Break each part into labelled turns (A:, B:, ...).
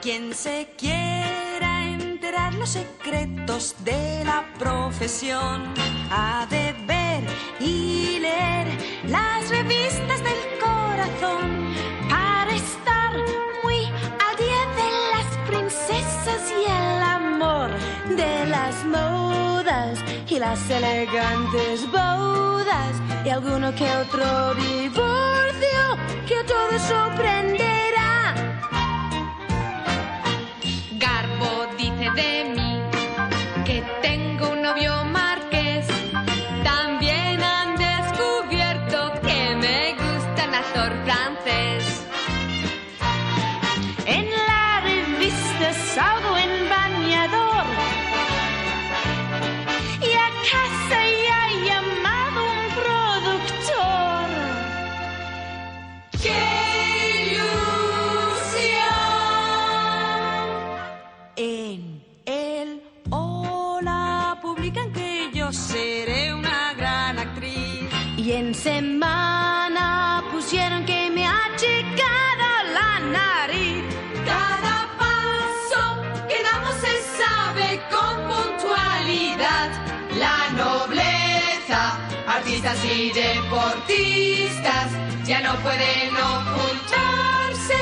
A: Quien se quiera enterar los secretos de la profesión ha de ver y leer las revistas del corazón para estar muy al día de las princesas y el amor de las modas y las elegantes bodas y alguno que otro divorcio que a todos sorprenderá. Garbo dice de mí que tengo un novio marqués. También han descubierto que me gusta el actor francés. En la revista Sábado en Bañador. Y a casa ya ha llamado un productor. ¡Qué ilusión! En el Hola publican que yo seré una gran actriz. Y en Semana pusieron que me ha llegado la nariz. Cada paso que damos se sabe con puntualidad. La nobleza, artistas y deportistas ya no pueden ocultarse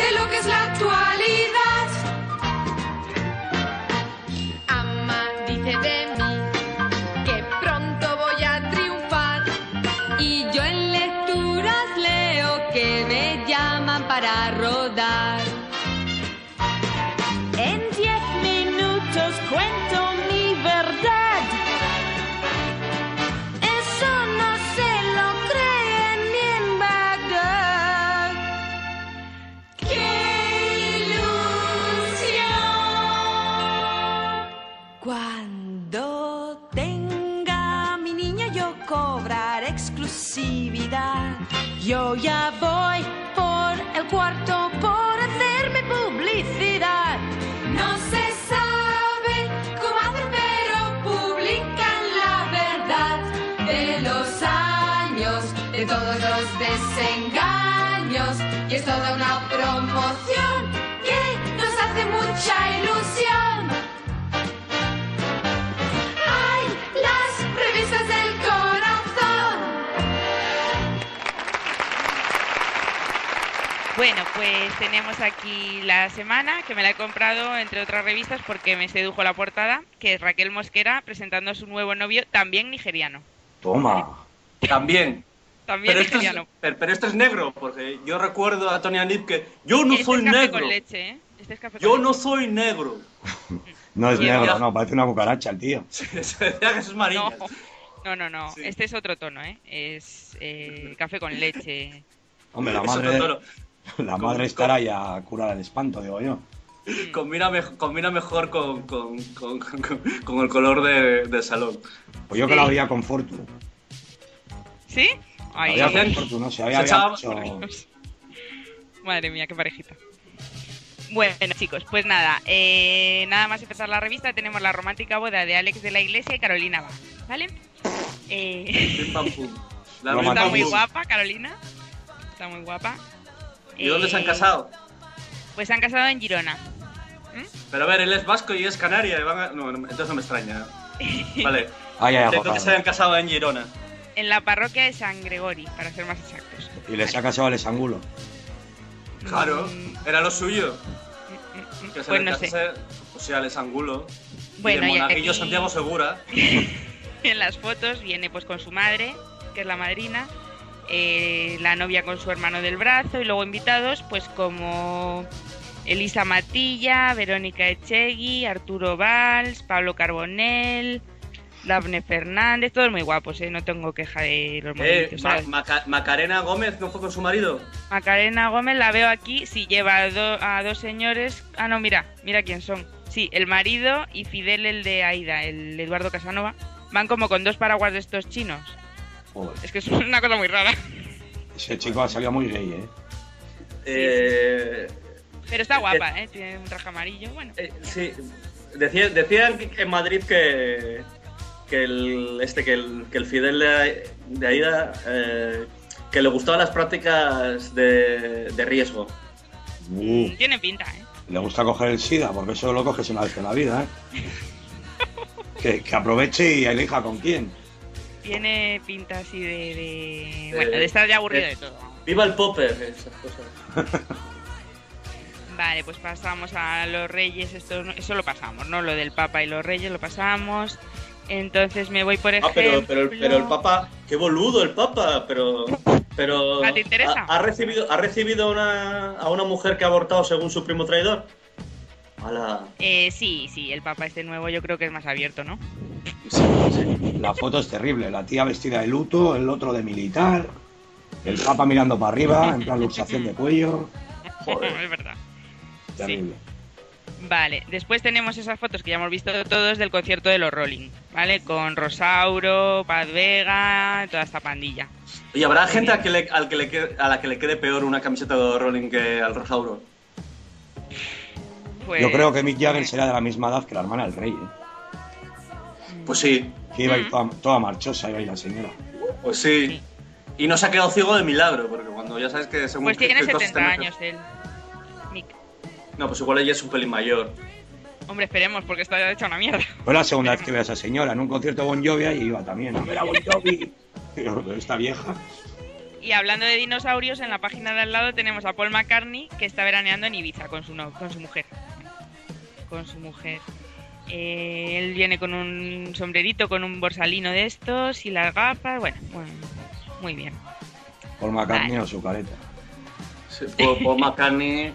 A: de lo que es la actualidad. Ama dice de mí que pronto voy a triunfar y yo en lecturas leo que me llaman para rodar. En diez minutos cuento mi verdad. Eso no se lo creen ni en Bagdad. ¡Qué ilusión! Cuando tenga mi niña yo cobrar exclusividad. Yo ya voy por el cuarto por hacerme publicidad. No se sabe cómo hacer, pero publican la verdad de los años, de todos los desengaños. Y es toda una promoción que nos hace mucha ilusión. ¡Ay, las revistas del corazón!
B: Bueno, pues tenemos aquí la semana que me la he comprado, entre otras revistas, porque me sedujo la portada, que es Raquel Mosquera presentando a su nuevo novio, también nigeriano.
C: Toma. También.
B: También
C: Pero esto, es,
B: nigeriano.
C: pero, pero esto es negro, porque yo recuerdo a Tony Anip que yo no
B: Este
C: soy
B: es café
C: negro.
B: con leche, ¿eh? Este es café
C: Yo
B: con
C: no
B: leche.
C: soy negro.
D: No es
C: Y el
D: negro,
C: viaje-
D: no, parece una cucaracha el tío.
C: Se decía que sus
B: No,
C: marinas.
B: no, no, no.
C: Sí.
B: Este es otro tono, ¿eh? Es eh, café con leche.
D: Hombre, la
C: Es otro
D: madre,
C: tono.
B: Mm.
D: la
C: ¿Cómo-
D: madre estará ya curada del espanto, digo yo.
C: Combina, mej- combina mejor con, con- con- con- con el color de- del salón.
D: Pues yo que
B: Sí.
D: la abría con Fortu.
B: ¿Sí?
D: La
B: Ay,
D: abría con
C: hacen-
D: Fortu, no sé, había,
C: se
D: había
C: echaba-
D: mucho-
B: Dios. Madre mía, qué parejita. Bueno, chicos, pues nada. eh, nada más empezar la revista, tenemos la romántica boda de Alex de la Iglesia y Carolina va, ¿vale? Eh,
C: Pim, pam, pum. La
D: Lo
C: pim,
B: está
D: matamos.
C: pam,
B: muy
C: pum.
B: guapa, Carolina. Está muy guapa.
C: ¿Y dónde se han
B: Eh,
C: casado?
B: Pues se han casado en Girona.
C: Pero a ver, él es vasco y es canaria. y van a- no, no, entonces no me extraña. Vale.
D: Ay, eh. ay,
C: Entiendo que se hayan
D: agotado.
C: casado en Girona.
B: En la parroquia de San Gregori, para ser más exactos.
D: Y les ha casado al esangulo.
C: Claro,
B: Mm,
C: era lo suyo.
B: mm, mm,
C: Que se
B: Pues
C: le
B: no sé.
C: casase, O sea, les angulo. y
B: Bueno,
C: de
B: y
C: Monaguillo
B: aquí-
C: Santiago Segura.
B: en las fotos viene pues con su madre, que es la madrina, eh, la novia con su hermano del brazo y luego invitados pues como Elisa Matilla, Verónica Echegui, Arturo Valls, Pablo Carbonell, Dafne Fernández, todos muy guapos, ¿eh? no tengo queja de los
C: Eh,
B: movimientos.
C: Ma-
B: ¿sabes?
C: Maca- Macarena Gómez no fue con su marido.
B: Macarena Gómez la veo aquí, sí, lleva a, do- a dos señores. Ah, no, mira, mira quién son. Sí, el marido y Fidel, el de Aida, el Eduardo Casanova. Van como con dos paraguas de estos chinos.
D: Joder,
B: Es que es una cosa muy rara.
D: ese chico
C: pues.
D: ha salido muy gay, ¿eh?
C: Eh,
B: Pero está guapa, ¿eh? Tiene un traje amarillo. Bueno,
C: eh, sí. Decía- decían que- que en Madrid que, que el este que el, que el Fidel de, de Aida eh, que le gustaban las prácticas de, de riesgo.
D: Uh,
B: mm, tiene pinta, ¿eh?
D: le gusta coger el SIDA, porque eso lo coges una vez en la vida, ¿eh? Que, que aproveche y elija con quién.
B: Tiene pinta así de. de-
C: Eh,
B: bueno, de estar ya aburrido
C: eh.
B: de todo.
C: Viva el popper, esas cosas.
B: Vale, pues pasamos a los reyes. Esto, no- eso lo pasamos, ¿no? Lo del Papa y los reyes lo pasamos. Entonces me voy, por
C: Ah,
B: ejemplo.
C: pero, pero, el- pero el Papa, qué boludo el Papa, pero. pero
B: Ah, ¿te interesa?
C: Ha, ha recibido, ha recibido a una, a una mujer que ha abortado según su primo traidor. Ala.
B: Eh, sí, sí, el Papa este nuevo yo creo que es más abierto, ¿no?
D: La foto es terrible. La tía vestida de luto, el otro de militar, el papa mirando para arriba, en plan luxación de cuello.
B: es verdad.
D: Terrible.
B: Vale, después tenemos esas fotos que ya hemos visto todos del concierto de los Rolling, ¿vale? Con Rosauro, Paz Vega, toda esta pandilla.
C: Oye, habrá gente al que le, al que le quede- a la que le quede peor una camiseta de Rolling que al Rosauro.
B: Pues,
D: Yo creo que Mick Jagger será de la misma edad que la hermana del rey, ¿eh?
C: Pues sí,
D: Que iba a ir
B: Mm.
D: toda, toda marchosa, iba a ir la señora.
C: pues sí.
B: Sí.
C: Y no se ha quedado ciego de milagro, porque cuando ya sabes que según
B: Pues
C: qué-
B: tiene
C: qué cosas
B: 70
C: te
B: años
C: metes-
B: él. Mick.
C: No, pues igual ella es un pelín mayor.
B: Hombre, esperemos, porque está hecha una mierda.
D: Fue la segunda vez que veo a esa señora en un concierto de Bon Jovi y iba también. ¡Mira Bon Jovi! Digo, "Pero Esta vieja.
B: Y hablando de dinosaurios, en la página de al lado tenemos a Paul McCartney que está veraneando en Ibiza con su, no- con su mujer. Con su mujer. Eh, él viene con un sombrerito, con un borsalino de estos y las gafas. Bueno, bueno muy bien.
D: Por McCartney
B: Vale.
D: o su careta.
C: Sí, Paul, Paul McCartney,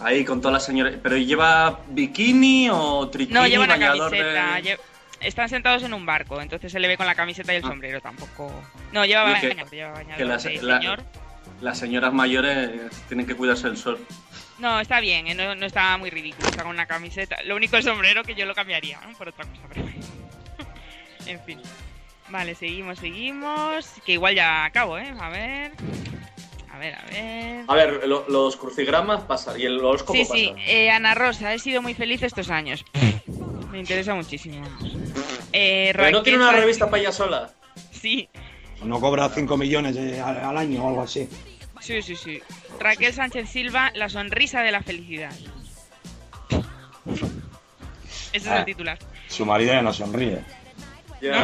C: ahí con todas las señoras. ¿Pero lleva bikini o triquini?
B: No, lleva una
C: bañador de-
B: camiseta. lle- Están sentados en un barco, entonces se le ve con la camiseta y el
C: Ah.
B: sombrero tampoco. No, lleva
C: Y que-
B: bañador, lleva
C: que
B: bañador
C: la-
B: de
C: la-
B: señor.
C: Las señoras mayores tienen que cuidarse del sol.
B: No, está bien, eh, no, no está muy ridículo, está con una camiseta. Lo único el sombrero que yo lo cambiaría, ¿no? Por otra cosa, pero bueno. En fin. Vale, seguimos, seguimos. Que igual ya acabo, ¿eh? A ver. A ver, a ver.
C: A ver, lo- los crucigramas pasan y el horóscopo
B: Sí,
C: pasa.
B: sí, eh, Ana Rosa, he sido muy feliz estos años. Me interesa muchísimo. Eh,
C: Pero no tiene una
B: Raquel-
C: revista payasola.
B: Sí,
D: No cobra 5 millones de- al, al año o algo así.
B: sí, sí, sí. Raquel Sánchez Silva, la sonrisa de la felicidad. Ese es
D: Ah.
B: el titular.
D: Su marido ya no sonríe.
C: Ya.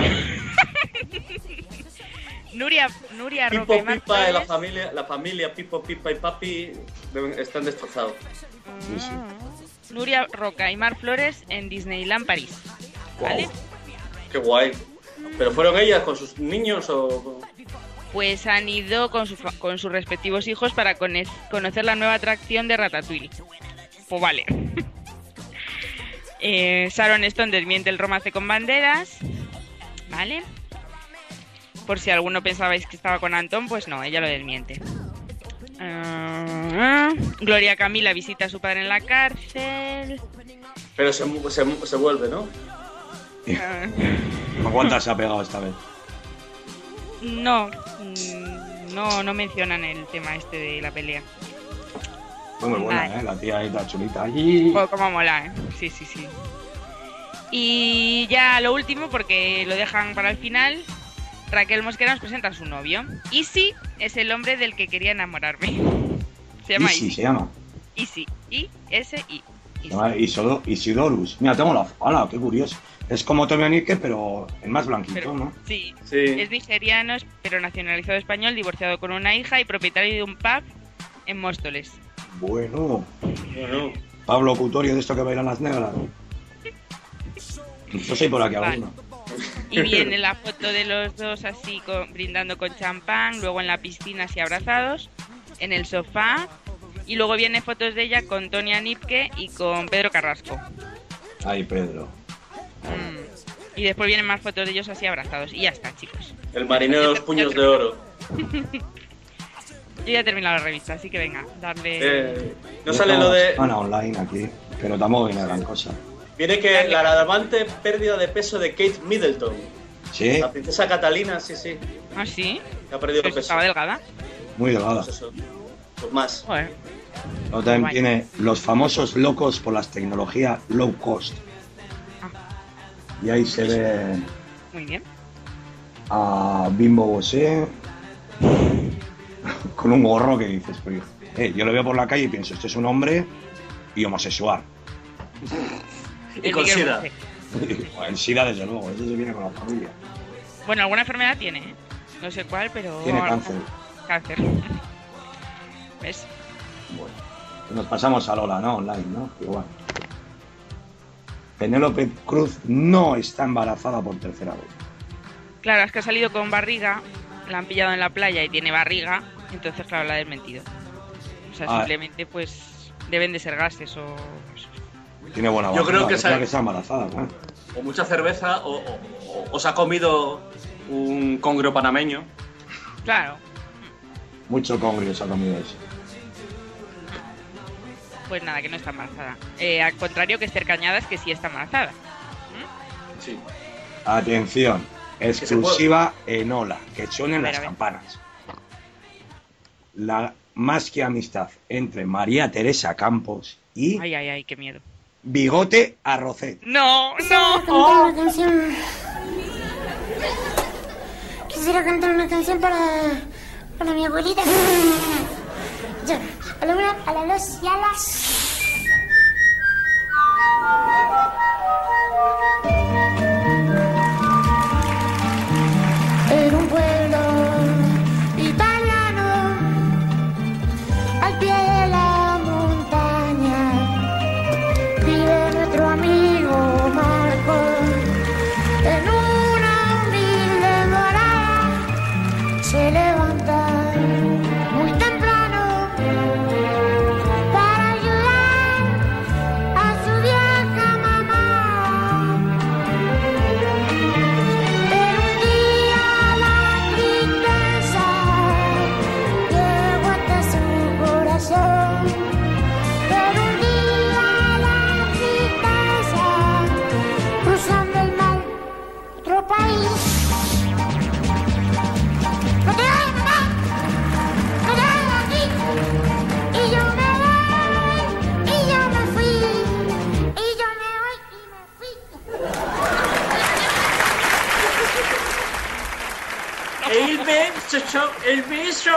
B: Nuria, Nuria
C: Pipo,
B: Roque
C: Pipa, y la
B: Martínez.
C: familia, la familia Pipo, Pipa y Papi deben- están destrozados.
D: Sí, sí.
B: Mm. Nuria Roca y Mar Flores en Disneyland París. ¿Vale?
C: Qué guay. ¿Pero fueron ellas con sus niños o...?
B: Pues han ido con, su fa- con sus respectivos hijos para cone- conocer la nueva atracción de Ratatouille. Pues vale. Eh, Sharon Stone desmiente el romance con banderas. ¿Vale? Por si alguno pensabais que estaba con Antón, pues no, ella lo desmiente. Ah, Gloria Camila visita a su padre en la cárcel.
C: Pero se, mu- se, mu- se vuelve, ¿no?
B: Ah.
D: ¿A cuántas se ha pegado esta vez?
B: No, mm, no, no mencionan el tema este de la pelea.
D: Fue muy buena,
B: Vale.
D: ¿eh? La tía ahí, la chulita allí.
B: Como cómo mola, ¿eh? Sí, sí, sí. Y ya lo último, porque lo dejan para el final, Raquel Mosquera nos presenta a su novio. Easy es el hombre del que quería enamorarme. Se
D: Y
B: llama
D: si
B: Easy.
D: se llama.
B: Easy. I-S-I.
D: Se llama Isodo- Isidorus. Mira, tengo la. ¡Hala, qué curioso! Es como Tommy Onique, pero es más blanquito,
B: Pero-
D: ¿no?
B: Sí.
C: Sí.
B: Es nigeriano, pero nacionalizado español, divorciado con una hija y propietario de un pub en Móstoles.
D: Bueno.
C: Bueno,
D: Pablo Cutorio de esto que bailan las negras. Yo soy por aquí
B: Vale.
D: alguno.
B: Y viene la foto de los dos así con- brindando con champán, luego en la piscina así abrazados, en el sofá. Y luego viene fotos de ella con Tonia Nipke y con Pedro Carrasco.
D: Ay, Pedro.
B: Mm. Y después vienen más fotos de ellos así abrazados. Y ya está, chicos.
C: El marinero de los puños de oro.
B: Yo ya he terminado la revista, así que venga, darle...
C: Eh, no sale lo de.
D: Ana online aquí, pero tampoco viene gran cosa.
C: Viene que la alarmante pérdida de peso de Kate Middleton.
D: Sí,
C: La princesa Catalina, sí, sí.
B: ¿Ah, sí?
C: que ha perdido
B: Pues
C: peso.
B: estaba delgada.
D: muy delgada.
C: Pues eso. Pues más.
B: Joder.
D: Luego también
B: Guay.
D: tiene los famosos locos por las tecnologías low cost.
B: Ah.
D: Y ahí se ve
B: Muy bien.
D: a Bimbo Bosé con un gorro que dices, "Pero, eh, yo lo veo por la calle y pienso, este es un hombre y homosexual.
C: Y
B: El
C: con
B: Miguel
C: sida.
B: Bosé.
D: El SIDA, desde luego, eso se viene con la familia.
B: Bueno, alguna enfermedad tiene. ¿eh? No sé cuál, pero...
D: Tiene cáncer.
B: Cáncer. ¿Ves?
D: Bueno, nos pasamos a Lola, ¿no? Online, ¿no? Igual. Penélope Cruz no está embarazada por tercera vez.
B: Claro, es que ha salido con barriga, la han pillado en la playa y tiene barriga, entonces claro, la ha desmentido. O sea,
D: Ah.
B: simplemente pues deben de ser gases o...
D: Tiene buena
C: Yo creo
D: barriga,
C: que sabe-
D: está embarazada, ¿no?
C: O mucha cerveza, o, o- o- o se ha comido un congrio panameño.
B: Claro,
D: Mucho congreso ha comido eso.
B: pues nada, que no está embarazada. Eh, al contrario que Esther Cañadas, que sí está embarazada.
C: Sí.
D: Atención,
C: se puede-
D: exclusiva en Ola, que suenen
B: A ver,
D: las
B: a ver.
D: campanas. La más que amistad entre María Teresa Campos y
B: Ay, ay, ay, qué miedo.
D: Bigote Arrocet.
B: No, no.
E: cantar una canción. Quisiera cantar una canción para, para mi abuelita. Ya, a la una, a la dos y a las. En un pueblo italiano, al pie de la montaña vive nuestro amigo Marco en una humilde morada se levanta muy temprano para ayudar a su vieja mamá pero un día la tristeza llegó hasta su corazón pero un día la tristeza cruzando el mar, otro país. Me quedo, mamá, me quedo aquí. Y yo me voy, y yo me fui, y yo me voy, y me fui.
C: El beso, el beso,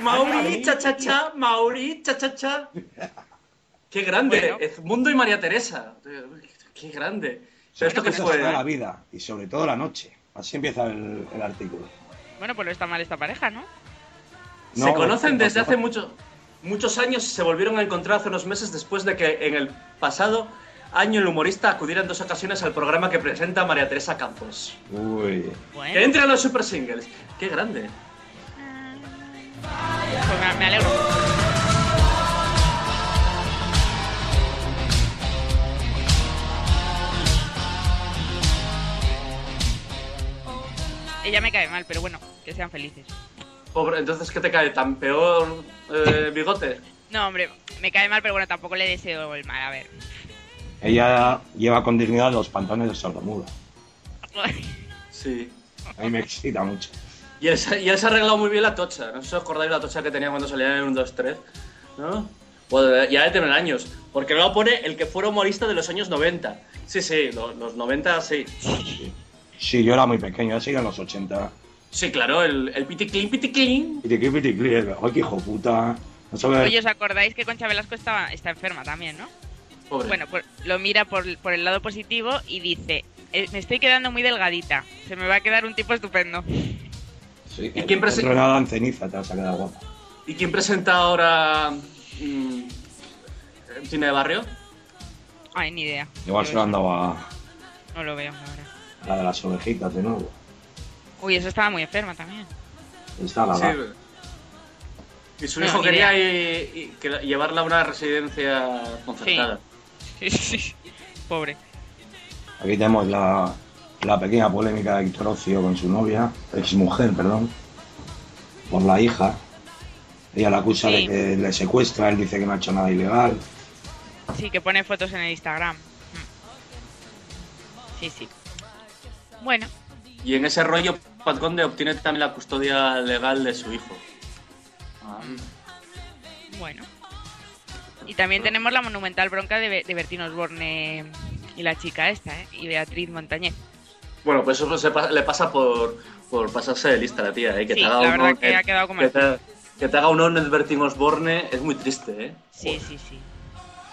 C: Mauri, cha cha cha, Mauri, cha cha cha. Qué grande,
B: Bueno.
C: Edmundo y María Teresa. Qué grande. Pero esto que ¿eh?
D: Esas toda la
C: fue.
D: vida y sobre todo la noche. Así empieza el, el artículo.
B: Bueno, pues no está mal esta pareja, ¿no?
D: No,
C: se
D: no,
C: conocen desde
D: no,
C: hace
D: no.
C: mucho- muchos años y se volvieron a encontrar hace unos meses después de que en el pasado año el humorista acudiera en dos ocasiones al programa que presenta María Teresa Campos.
D: Uy,
C: Que
B: Bueno,
C: entre a los super singles. Qué grande.
B: pues me- me alegro. Ella me cae mal, pero bueno, que sean felices.
C: Pobre, entonces, ¿qué te cae? ¿Tan peor eh, bigote?
B: No, hombre, me cae mal, pero bueno, tampoco le deseo el mal. A ver.
D: ella lleva con dignidad los pantalones de sordomuda.
C: Sí.
D: A mí me excita mucho.
C: Y él, se- y él se ha arreglado muy bien la tocha. No sé si os acordáis la tocha que tenía cuando salía en un 2-3, ¿no? Bueno, ya de tener años. Porque luego pone el que fuera humorista de los años 90. Sí, sí, lo- los 90 sí.
D: Sí, yo era muy pequeño, así que en los 80.
C: Sí, claro, el, el pitiquín, pitiquín.
D: Pitiquí, pitiquí, ay, qué hijo puta. No sabe-
B: Oye, ¿os acordáis que Concha Velasco estaba, está enferma también, no?
C: Pobre.
B: Bueno, por- lo mira por, por el lado positivo y dice, "Eh, me estoy quedando muy delgadita, se me va a quedar un tipo estupendo.
D: Sí,
C: ¿Y quién prese-
D: dentro de nada en ceniza te vas a quedar guapa.
C: ¿Y quién presenta ahora mm, el cine de barrio?
B: Ay, ni idea.
D: Igual
B: Yo
D: se lo han dado a,
B: No lo veo ahora.
D: a La de las ovejitas, de nuevo.
B: Uy, eso estaba muy enferma también.
D: Está la
C: Sí.
D: edad.
C: Y su
B: No,
C: hijo
B: ni
C: quería y- y que la- llevarla a una residencia concertada.
B: Sí, sí, sí. Pobre.
D: Aquí tenemos la, la pequeña polémica de Víctor Ocio con su novia, exmujer, perdón, por la hija. Ella la acusa
B: Sí.
D: de que le secuestra, él dice que no ha hecho nada ilegal.
B: Sí, que pone fotos en el Instagram. Mm. Sí, sí. Bueno,
C: Y en ese rollo, Pat Conde obtiene también la custodia legal de su hijo. Ah.
B: Mm. bueno. Y también tenemos la monumental bronca de, Be- de Bertín Osborne y la chica esta, ¿eh? Y Beatriz Montañez.
C: Bueno, pues eso se pa- le pasa por, por pasarse de lista la tía, ¿eh? Que
B: Sí,
C: te haga
B: la
C: un
B: verdad
C: honor-
B: que ha quedado como
C: que
B: el
C: te, que te haga un honor Bertín Osborne es muy triste, ¿eh?
B: Sí, sí, sí.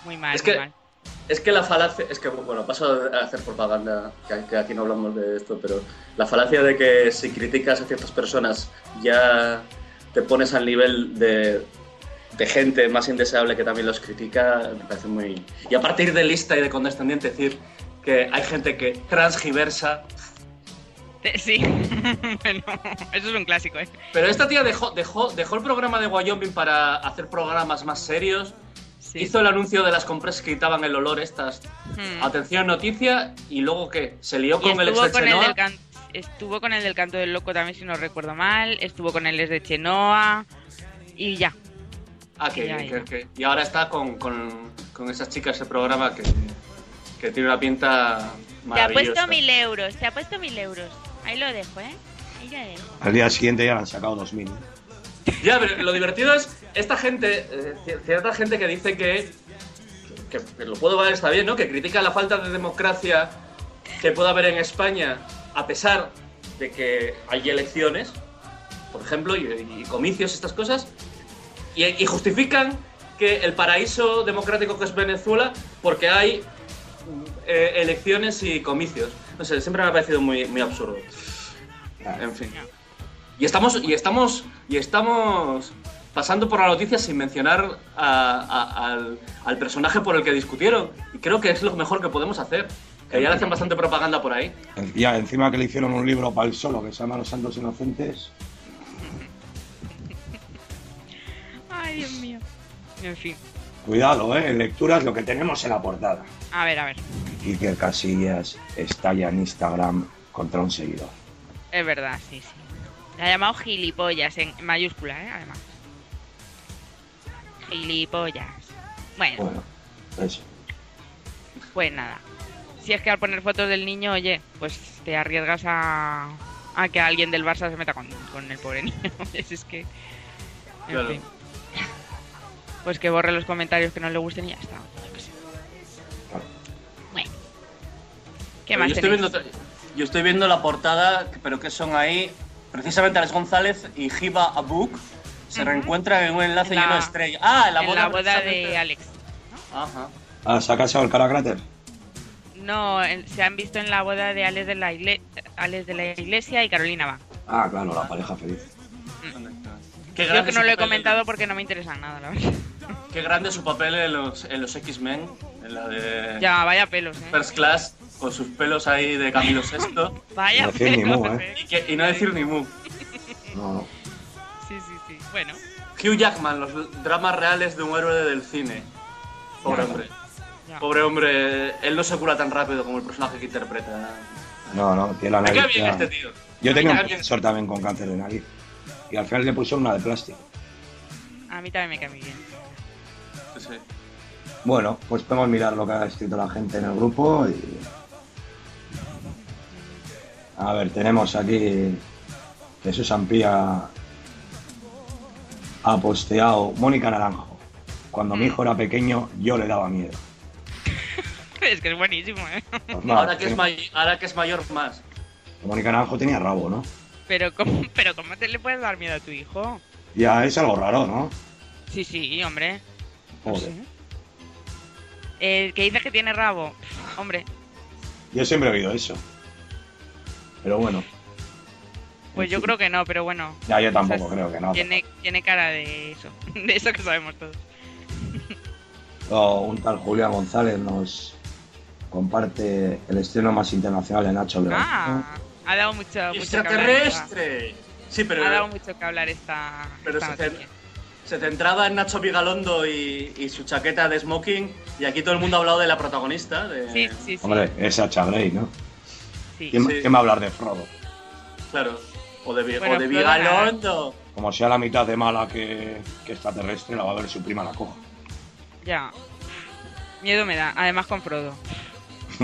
B: Muy mal,
C: Es
B: muy
C: que-
B: mal.
C: Es que la falacia, es que bueno, paso a hacer propaganda, que, que aquí no hablamos de esto, pero la falacia de que si criticas a ciertas personas ya te pones al nivel de, de gente más indeseable que también los critica, me parece muy... Y a partir de lista y de condescendiente decir que hay gente que transgiversa,
B: Te- Sí. bueno, eso es un clásico, ¿eh?
C: pero esta tía dejó, dejó, dejó el programa de Wyoming para hacer programas más serios,
B: Sí.
C: hizo el anuncio de las compras que quitaban el olor estas,
B: Hmm.
C: atención noticia, y luego ¿qué? Se lió
B: Y
C: con el ex
B: estuvo
C: de
B: con el
C: Chenoa.
B: del can- estuvo con el del canto del loco también si no recuerdo mal estuvo con el ex de Chenoa y ya
C: Ah, que,
B: Ya,
C: que-
B: ya.
C: que- y ahora está con, con, con esas chicas de programa que, que tiene una pinta
F: Te ha puesto
C: maravillosa.
F: mil euros, te ha puesto mil euros. Ahí lo dejo, ¿eh? Ahí lo dejo.
D: Al día siguiente ya le han sacado ¿eh? 2000.
C: Ya, pero lo divertido es esta gente, eh, cier- cierta gente que dice que, que, que lo puedo ver, está bien, ¿no? Que critica la falta de democracia que puede haber en España, a pesar de que hay elecciones, por ejemplo, y, y comicios, estas cosas, y, y justifican que el paraíso democrático que es Venezuela, porque hay mm, eh, elecciones y comicios. No sé, siempre me ha parecido muy, muy absurdo. En fin. Y estamos, y estamos, y estamos pasando por la noticia sin mencionar a- a- al, al personaje por el que discutieron. Y creo que es lo mejor que podemos hacer. Que ya le hacen bastante propaganda por ahí.
D: En- Ya encima que le hicieron un libro para el solo que se llama Los Santos Inocentes.
B: ay dios mío en fin
D: Cuidado, eh, lecturas lo que tenemos en la portada.
B: a ver a ver
D: Iker Casillas estalla en Instagram contra un seguidor.
B: es verdad sí sí la ha llamado gilipollas en en mayúscula ¿eh? además gilipollas bueno
D: Bueno, eso.
B: pues nada si es que al poner fotos del niño oye pues te arriesgas a, a que alguien del Barça se meta con, con el pobre niño es que en
C: Claro.
B: fin. pues que borre los comentarios que no le gusten y ya está yo qué sé.
D: Claro.
B: Bueno. ¿Qué
C: Pero
B: más
C: yo, estoy
B: tenéis?
C: viendo, otra- yo estoy viendo la portada, pero que son ahí precisamente Alex González y Hiba Abuk se
B: Ujú.
C: reencuentran en un enlace
B: En la-
C: lleno de estrellas. Ah, en la
B: en
C: boda,
B: la boda de
C: precisamente.
B: Alex.
C: Ajá.
D: Ah, ¿se ha casado el cara cráter?
B: No, en- se han visto en la boda de Alex de la, igle- Alex de la Iglesia y Carolina va.
D: Ah, claro, la pareja feliz.
C: ¿Dónde está? Qué
B: Yo
C: grande
B: Mm. que
C: su
B: no lo he
C: papel en-
B: comentado porque no me interesa nada, la verdad.
C: Qué grande su papel en los, en los X-Men, en la de
B: Ya, vaya pelos, ¿eh?
C: First Class, con sus pelos ahí de Camilo VI.
B: Vaya
D: No decir ni
B: pelos,
D: mu, ¿eh?
B: ¿eh?
C: Y, que- y no decir ni mu.
D: No, no.
B: Sí, sí, sí. Bueno,
C: Hugh Jackman, los dramas reales de un héroe del cine. Pobre hombre.
B: ya.
C: Pobre hombre, él no se cura tan rápido como el personaje que interpreta.
D: No, no, tiene la
C: Me
D: nariz.
C: cae bien
D: ya-
C: este tío.
D: Yo
C: Me
D: tenía un
C: cae bien.
D: profesor también con cáncer de nariz. Y al final le puso una de plástico.
B: A mí también me cae muy bien.
C: Sí, sí.
D: Bueno, pues podemos mirar lo que ha escrito la gente en el grupo y. A ver, tenemos aquí. Jesús Ampía ha posteado Mónica Naranjo. Cuando
C: Mm.
D: mi hijo era pequeño, yo le daba miedo.
B: Es que es buenísimo, ¿eh?
D: Pues nada,
C: Ahora, que es
D: sí.
C: may- ahora que es mayor más.
D: Mónica Naranjo tenía rabo, ¿no?
B: Pero ¿cómo, pero ¿cómo te le puedes dar miedo a tu hijo?
D: Ya es algo raro, ¿no?
B: Sí, sí, hombre. No
D: Joder.
B: sé. El que dice que tiene rabo. Hombre,
D: Yo siempre he oído eso. Pero bueno.
B: pues yo creo que no, pero bueno.
D: Ya, yo tampoco
B: Esas-
D: creo que no.
B: Tiene, tiene cara de eso, de eso que sabemos todos.
D: O un tal Julián González nos comparte el estreno más internacional de Nacho Obrador.
B: Ah, ha dado mucho, mucho que hablar. esta-
C: ¡Extraterrestre! Sí, pero,
B: Ha dado mucho que hablar esta,
C: pero
B: esta
C: se, cen-
B: noticia.
C: se centraba en Nacho Vigalondo y, y su chaqueta de smoking. Y aquí todo el mundo ha hablado de la protagonista. De,
B: Sí, sí, sí.
D: Hombre, es Sacha Grey, ¿no?
B: sí.
D: ¿Quién,
C: Sí.
D: quién va a hablar de Frodo?
C: Claro. O de, Vi-
B: Bueno,
C: o de
B: Frodo nada.
C: Vigalondo.
D: Como sea la mitad de mala que, que extraterrestre, la va a ver su prima la coja.
B: Ya. Miedo me da, además con Frodo.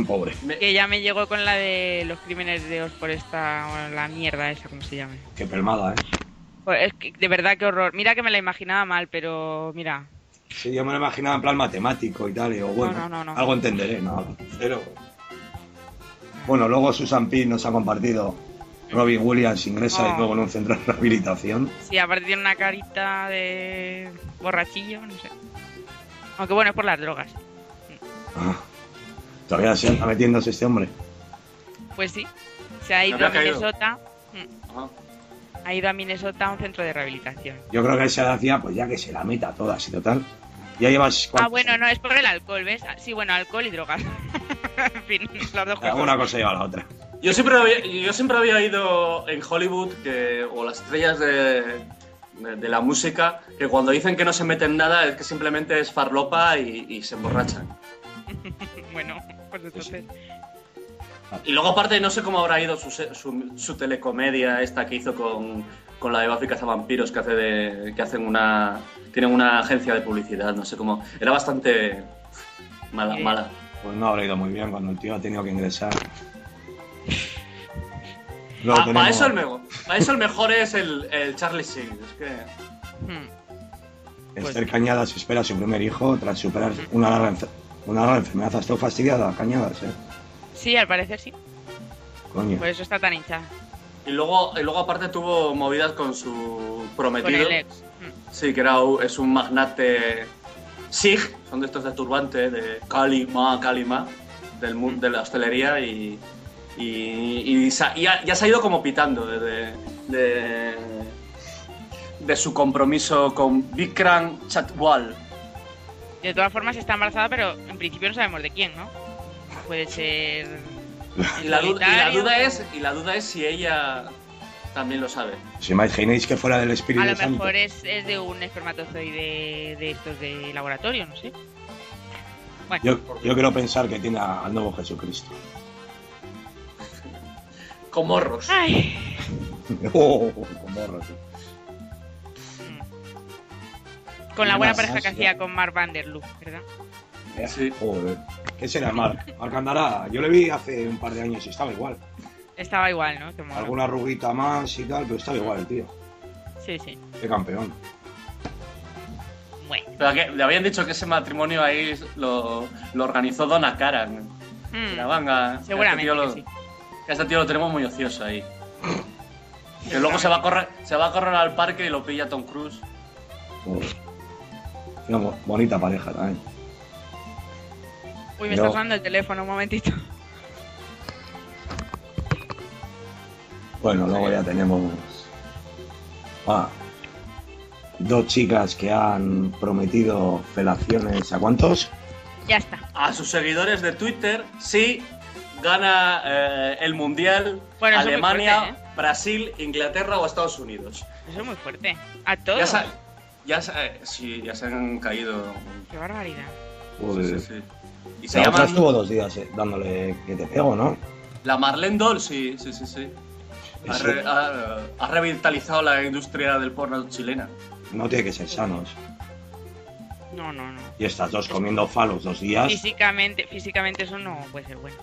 D: Pobre.
B: Que ya me llegó con la de los crímenes de Dios por esta, o la mierda esa, como se llame.
D: Qué pelmada, ¿eh?
B: Joder, es que, de verdad, qué horror. Mira que me la imaginaba mal, pero mira.
D: Sí, yo me lo imaginaba en plan matemático y tal, y digo, bueno,
B: no, no, no.
D: algo entenderé, no, pero... Bueno, luego Susan P. nos ha compartido Robin Williams ingresa
B: Oh.
D: de nuevo en un centro de rehabilitación.
B: Sí, aparte tiene una carita de borrachillo, no sé. Aunque bueno, es por las drogas.
D: Ah, todavía se anda metiéndose este hombre.
B: Pues sí. Se ha ido
C: Habrá
B: a
C: caído.
B: Minnesota.
C: Ajá.
B: Ha ido a Minnesota a un centro de rehabilitación.
D: Yo creo que a esa edad ya, pues ya que se la meta toda, así total. Ya llevas...
B: Ah,
D: ¿cuántos?
B: bueno, no, es por el alcohol, ¿ves? Ah, Sí, bueno, alcohol y drogas. en fin, los dos
D: Ah,
B: cosas.
D: Una cosa lleva a la otra.
C: Yo siempre había, yo siempre había ido en Hollywood que, o las estrellas de, de- de la música que cuando dicen que no se meten nada es que simplemente es farlopa y, y se emborrachan.
B: Bueno, pues entonces.
C: Y luego aparte no sé cómo habrá ido su, se- su- su telecomedia esta que hizo con, con la de Buffy Cazavampiros que hace de, que hacen una tienen una agencia de publicidad, no sé cómo. Era bastante mala,
B: Sí.
C: mala.
D: Pues no habrá ido muy bien cuando el tío ha tenido que ingresar. Luego tenemos-
C: Ah, para, Ah, eso el mejor, eso el mejor es el, el Charlie Sheen. Es que...
B: hmm. Pues
D: Esther Cañadas espera a su primer hijo tras superar una larga, enfe- una larga enfermedad. Has estado fastidiada, Cañadas, ¿eh?
B: Sí, al parecer sí.
D: Coño.
B: Por eso está tan hinchada.
C: Y luego, y luego aparte tuvo movidas con su
B: Con
C: prometido.
B: el ex. Hmm.
C: Sí, que era, u- es un magnate SIG, son de estos de turbante, de Calima, Calima, del, mu- de la hostelería y, y, y sa- y ha- ya se ha ido como pitando de, de, de- de su compromiso con Vikram Chatwal.
B: De todas formas está embarazada, pero en principio no sabemos de quién, ¿no? Puede ser.
C: Y la, du- y la
B: solitario.
C: duda es, y la duda es si ella también lo sabe.
D: ¿Os imagináis que fuera del Espíritu
B: A lo
D: Santo?
B: mejor es, es de un espermatozoide de estos de laboratorio, no sé. Bueno,
D: Yo, yo quiero pensar que tiene a- al nuevo Jesucristo.
C: Con morros.
B: Ay.
D: Oh, con morro, sí.
B: Con la
D: Una
B: buena pareja que
D: sastra.
B: hacía con Mark Vanderloo, ¿verdad?
D: Eh,
C: Sí.
D: Joder. ¿Qué será Marc? Marc andará. Yo le vi hace un par de años y estaba igual.
B: Estaba igual, ¿no? Qué mono.
D: Alguna arruguita más y tal, pero estaba igual el tío.
B: Sí, sí.
D: Qué campeón.
B: Bueno.
C: Pero que- le habían dicho que ese matrimonio ahí lo, lo organizó Donna Karan.
B: Mm,
C: La manga.
B: Seguramente
C: Que a
B: que
C: este
B: sí.
C: tío lo, que a este tío lo tenemos muy ocioso ahí. Que luego se va, a correr, se va a correr al parque y lo pilla Tom Cruise.
D: Joder. Una bo- bonita pareja también.
B: Uy, me
D: No.
B: está sonando el teléfono un momentito.
D: Bueno, luego ya tenemos ah, dos chicas que han prometido felaciones a cuántos?
B: Ya está.
C: A sus seguidores de Twitter, sí, gana eh, el Mundial
B: Bueno, eso es muy
C: Alemania,
B: fuerte, ¿eh?
C: Brasil, Inglaterra o Estados Unidos.
B: Eso es muy fuerte. A
C: Ya,
B: todos.
C: sa- ya, sa- eh, sí, ya se han caído.
B: Qué barbaridad.
D: Joder.
C: Sí, sí, sí. Y se
D: La otra
C: llaman
D: estuvo dos días eh, dándole que te pego, ¿no?
C: la Marlene Doll, sí, sí, sí. sí. Ha,
D: Eso
C: re- ha- ha revitalizado la industria del porno chilena.
D: no tiene que ser sanos.
B: No, no, no.
D: Y estas dos comiendo falos dos
C: Ah.
D: días.
B: Físicamente, físicamente eso no puede ser bueno.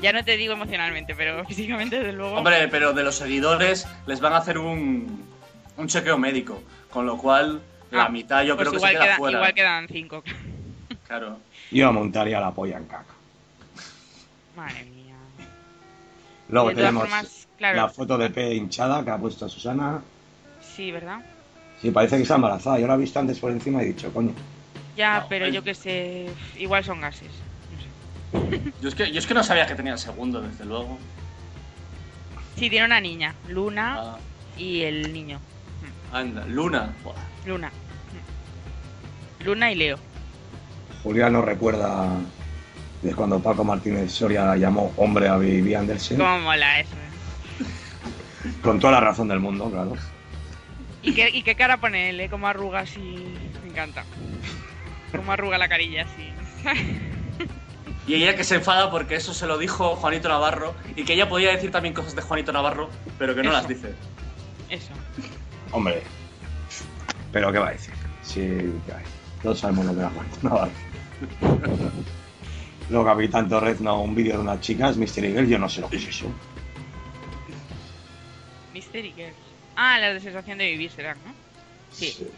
B: Ya no te digo emocionalmente, pero físicamente desde luego.
C: Hombre, pero de los seguidores les van a hacer un, un chequeo médico, con lo cual la
B: Ah,
C: mitad yo
B: pues
C: creo que se
B: igual,
C: queda
B: queda-
C: fuera.
B: igual quedan cinco.
C: Claro.
D: Yo montaría la polla en caca.
B: Madre mía.
D: Luego
B: de todas
D: tenemos
B: formas, claro.
D: la foto de P hinchada que ha puesto Susana.
B: Sí, ¿verdad?
D: Sí, parece que está embarazada. Yo la he visto antes por encima y he dicho, coño.
B: Ya,
C: No,
B: pero
C: el-
B: yo que sé. Igual son gases. No sé.
C: Yo es, que, yo es que no sabía que tenía el segundo, desde luego.
B: Sí, tiene una niña, Luna
C: Ah,
B: y el niño,
C: anda, Luna. Buah.
B: Luna. Luna y Leo.
D: Julián no recuerda Y es cuando Paco Martínez Soria llamó hombre a Vivi Andersen.
B: ¿Cómo mola eso? ¿eh?
D: Con toda la razón del mundo, claro.
B: ¿Y qué, y qué cara pone él, eh? Como arruga así. Me encanta. Como arruga la carilla así.
C: Y ella que se enfada porque eso se lo dijo Juanito Navarro y que ella podía decir también cosas de Juanito Navarro, pero que no
B: Eso.
C: las dice.
B: Eso.
D: Hombre. Pero ¿qué va a decir? Sí, ¿qué va a decir? Todos sabemos lo que era Juanito Navarro. Luego Capitán Torrezno, un vídeo de unas chicas, Mystery Girl, yo no sé lo que es eso.
B: Mystery Girls. Ah, las de sensación de vivir serán, ¿no? Sí.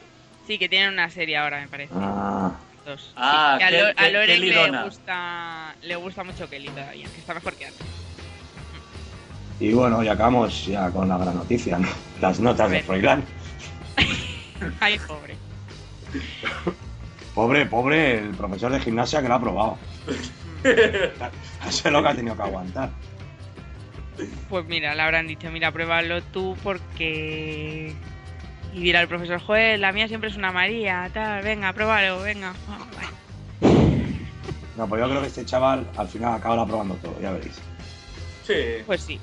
B: Sí, que tienen una serie ahora, me parece.
D: Ah,
B: Dos.
C: Ah,
B: Sí, que a,
C: Ke-
B: Lo- a
C: Ke-
B: Loren
C: Kelly
B: le
C: Donna.
B: gusta, le gusta mucho Kelly todavía, que está mejor que antes.
D: y bueno, ya acabamos ya con la gran noticia, ¿no? Las notas de Froilán.
B: Ay, pobre.
D: Pobre, pobre, el profesor de gimnasia que lo ha probado. Eso es lo que ha tenido que aguantar.
B: Pues mira, le habrán dicho, mira, pruébalo tú porque... Y dirá el profesor, joder, la mía siempre es una María, tal, venga, pruébalo, venga. Ah, vale.
D: No, pues yo creo que este chaval al final acabará probando todo, ya veréis.
C: Sí. Eh,
B: Pues sí.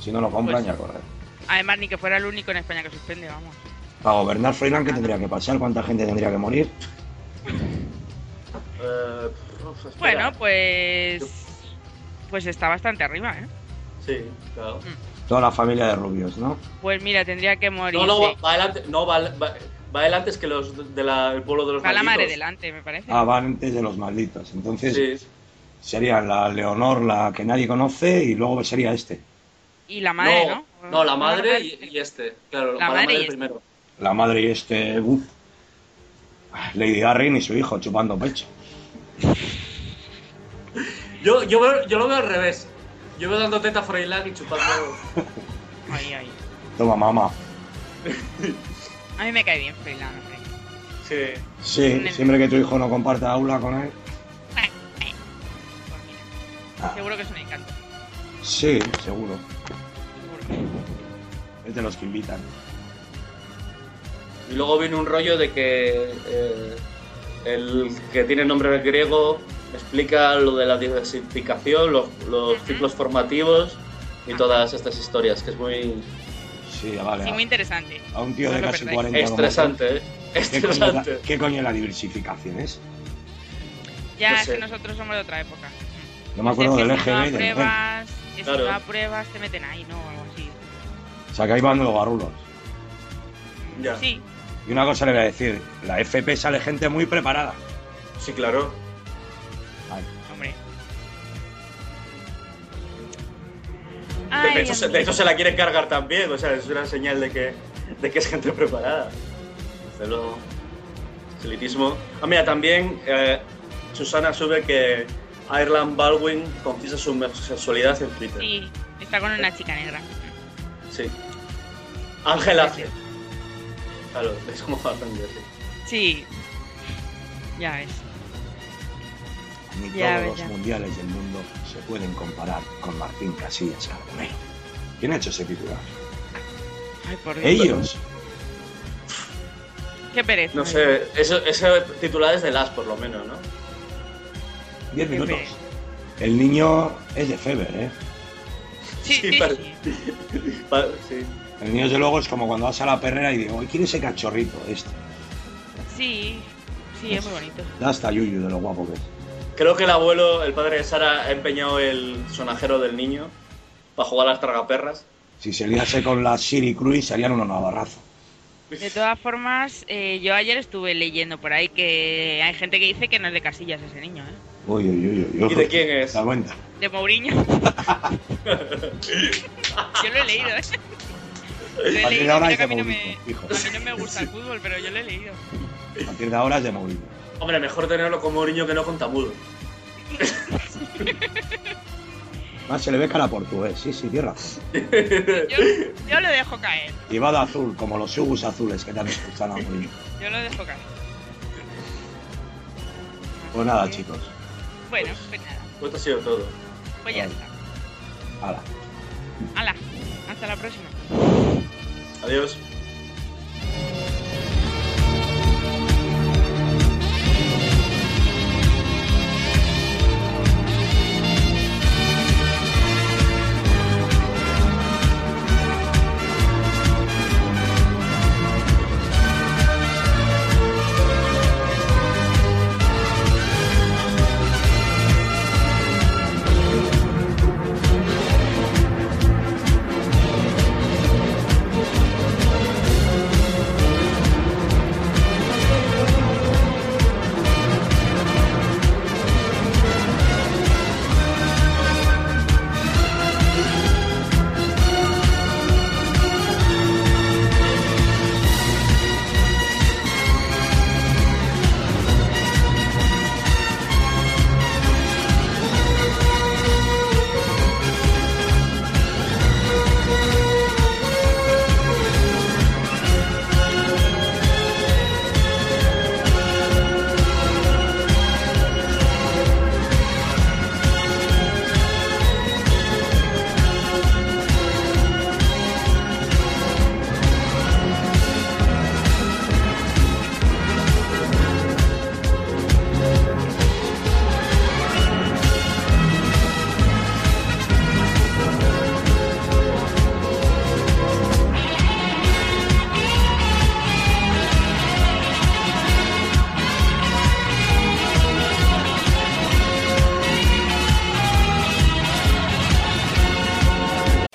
D: Si no lo compran,
B: Pues-
D: ya corre.
B: Además, ni que fuera el único en España que suspende, vamos.
D: Para gobernar Freiland, ¿qué tendría que pasar? ¿Cuánta gente tendría que morir?
C: Eh, uf, espera. ¿eh?
B: Bueno, pues... Pues está bastante arriba, ¿eh?
C: Sí, claro.
D: Toda la familia de rubios, ¿no?
B: Pues mira, tendría que morir.
C: No, no, va, va adelante. No, va, va- va adelante es que los del pueblo de los
B: Va la madre
C: malditos.
B: delante, me parece.
D: Ah, van antes de los malditos. Entonces
C: Sí.
D: sería la Leonor, la que nadie conoce, y luego sería este.
B: Y la madre, ¿no?
C: no, la madre y, y este. Claro,
B: La
C: va la
B: madre
C: madre
B: y este.
C: primero.
D: La madre y este. uf. Lady Darren y su hijo chupando pecho.
C: Yo, yo, veo- yo lo veo al revés. Yo veo dando teta a Froilán y chupando.
B: Ay, ay.
D: Toma, mamá.
B: A mí me cae bien eh. Freeland, hombre.
C: sí.
D: Sí, siempre que tu hijo no comparta aula con él.
B: Pues mira,
D: Ah,
B: Seguro que es un encanto.
D: sí, seguro.
B: Seguro.
D: Es de los que invitan.
C: Y luego viene un rollo de que eh, el que tiene nombre griego explica lo de la diversificación, los, los ciclos formativos y todas estas historias, que es muy
D: Sí, vale.
B: Sí,
C: Ah.
B: muy
D: a-
B: interesante.
D: A un tío de
B: No lo
D: casi
B: perdáis.
D: 40 como
C: estresante. ¿eh?
D: tú. ¿Qué coño, es la-
C: Estresante.
D: ¿Qué coño es la diversificación? Es?
B: Ya
C: No
B: es
C: sé.
B: que nosotros somos de otra época.
D: No me
B: O sea,
D: acuerdo
B: que
D: del
B: si no
D: EGB y del EGB.
B: apruebas, que si
C: Claro.
B: no apruebas, te meten ahí, ¿no? O algo así.
D: O sea, que ahí van los barulos.
C: Ya.
B: Sí,
D: Y una cosa le voy a decir, la FP sale gente muy preparada.
C: Sí, claro.
D: Ay,
B: hombre.
C: De
B: Ay,
C: hecho, se,
B: amigo.
C: de hecho, se la quieren cargar también, o sea, es una señal de que, de que es gente preparada. Desde luego. Es elitismo. Ah, mira, también eh, Susana sube que Ireland Baldwin confiesa su homosexualidad en Twitter.
B: Sí, está con una chica negra.
C: Sí. Ángel Ace. Claro, es como bastante así.
B: Sí. Ya ves.
D: ni
B: Ya,
D: todos
B: ya.
D: los mundiales del mundo se pueden comparar con Martín Casillas Carbonell. ¿Quién ha hecho ese titular?
B: Ay, por Dios.
D: Ellos.
B: Qué pereza.
C: No sé, eso, ese titular es de las por lo menos, ¿no?
D: Diez
B: Qué
D: minutos.
B: pereza.
D: El niño es de Feber, ¿eh?
B: Sí, sí,
C: para-
B: sí.
C: para- sí.
D: El niño, desde luego, es como cuando vas a la perrera y digo, "Ay, ¿quién es ese cachorrito? Este.
B: Sí, sí, es muy bonito.
D: Da hasta yuyu de lo guapo que es.
C: Creo que el abuelo, el padre de Sara, ha empeñado el sonajero del niño para jugar a las tragaperras.
D: Si se liase con la Siri Cruz, serían unos navarrazos.
B: De todas formas, eh, yo ayer estuve leyendo por ahí que hay gente que dice que no es de casillas ese niño, ¿eh?
D: Uy, uy, uy, uy, uy.
C: ¿Y de quién es?
D: ¿Te das cuenta?
B: De Mourinho. yo lo he leído, ¿eh? Lo he
D: A partir de
B: leído,
D: ahora
B: mira que
D: es de
B: a, mí no
D: Mourinho,
B: me,
D: hijo.
B: a mí no me gusta el fútbol, pero yo lo he leído.
D: A partir de ahora es de Mourinho.
C: Hombre, mejor tenerlo como un niño que no con tamudo.
D: Más Ah, se le ve cara portugués, sí, sí, tierra.
B: Yo, yo lo dejo caer,
D: Y va de azul, como los subus azules que también gustan a Mourinho.
B: yo lo dejo caer.
D: Pues nada, chicos.
B: Bueno, pues nada,
C: Pues esto ha sido todo.
B: pues ya
D: Vale.
B: está.
D: Hala.
B: Hala, hasta la próxima.
C: Adiós.
E: Thank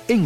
G: En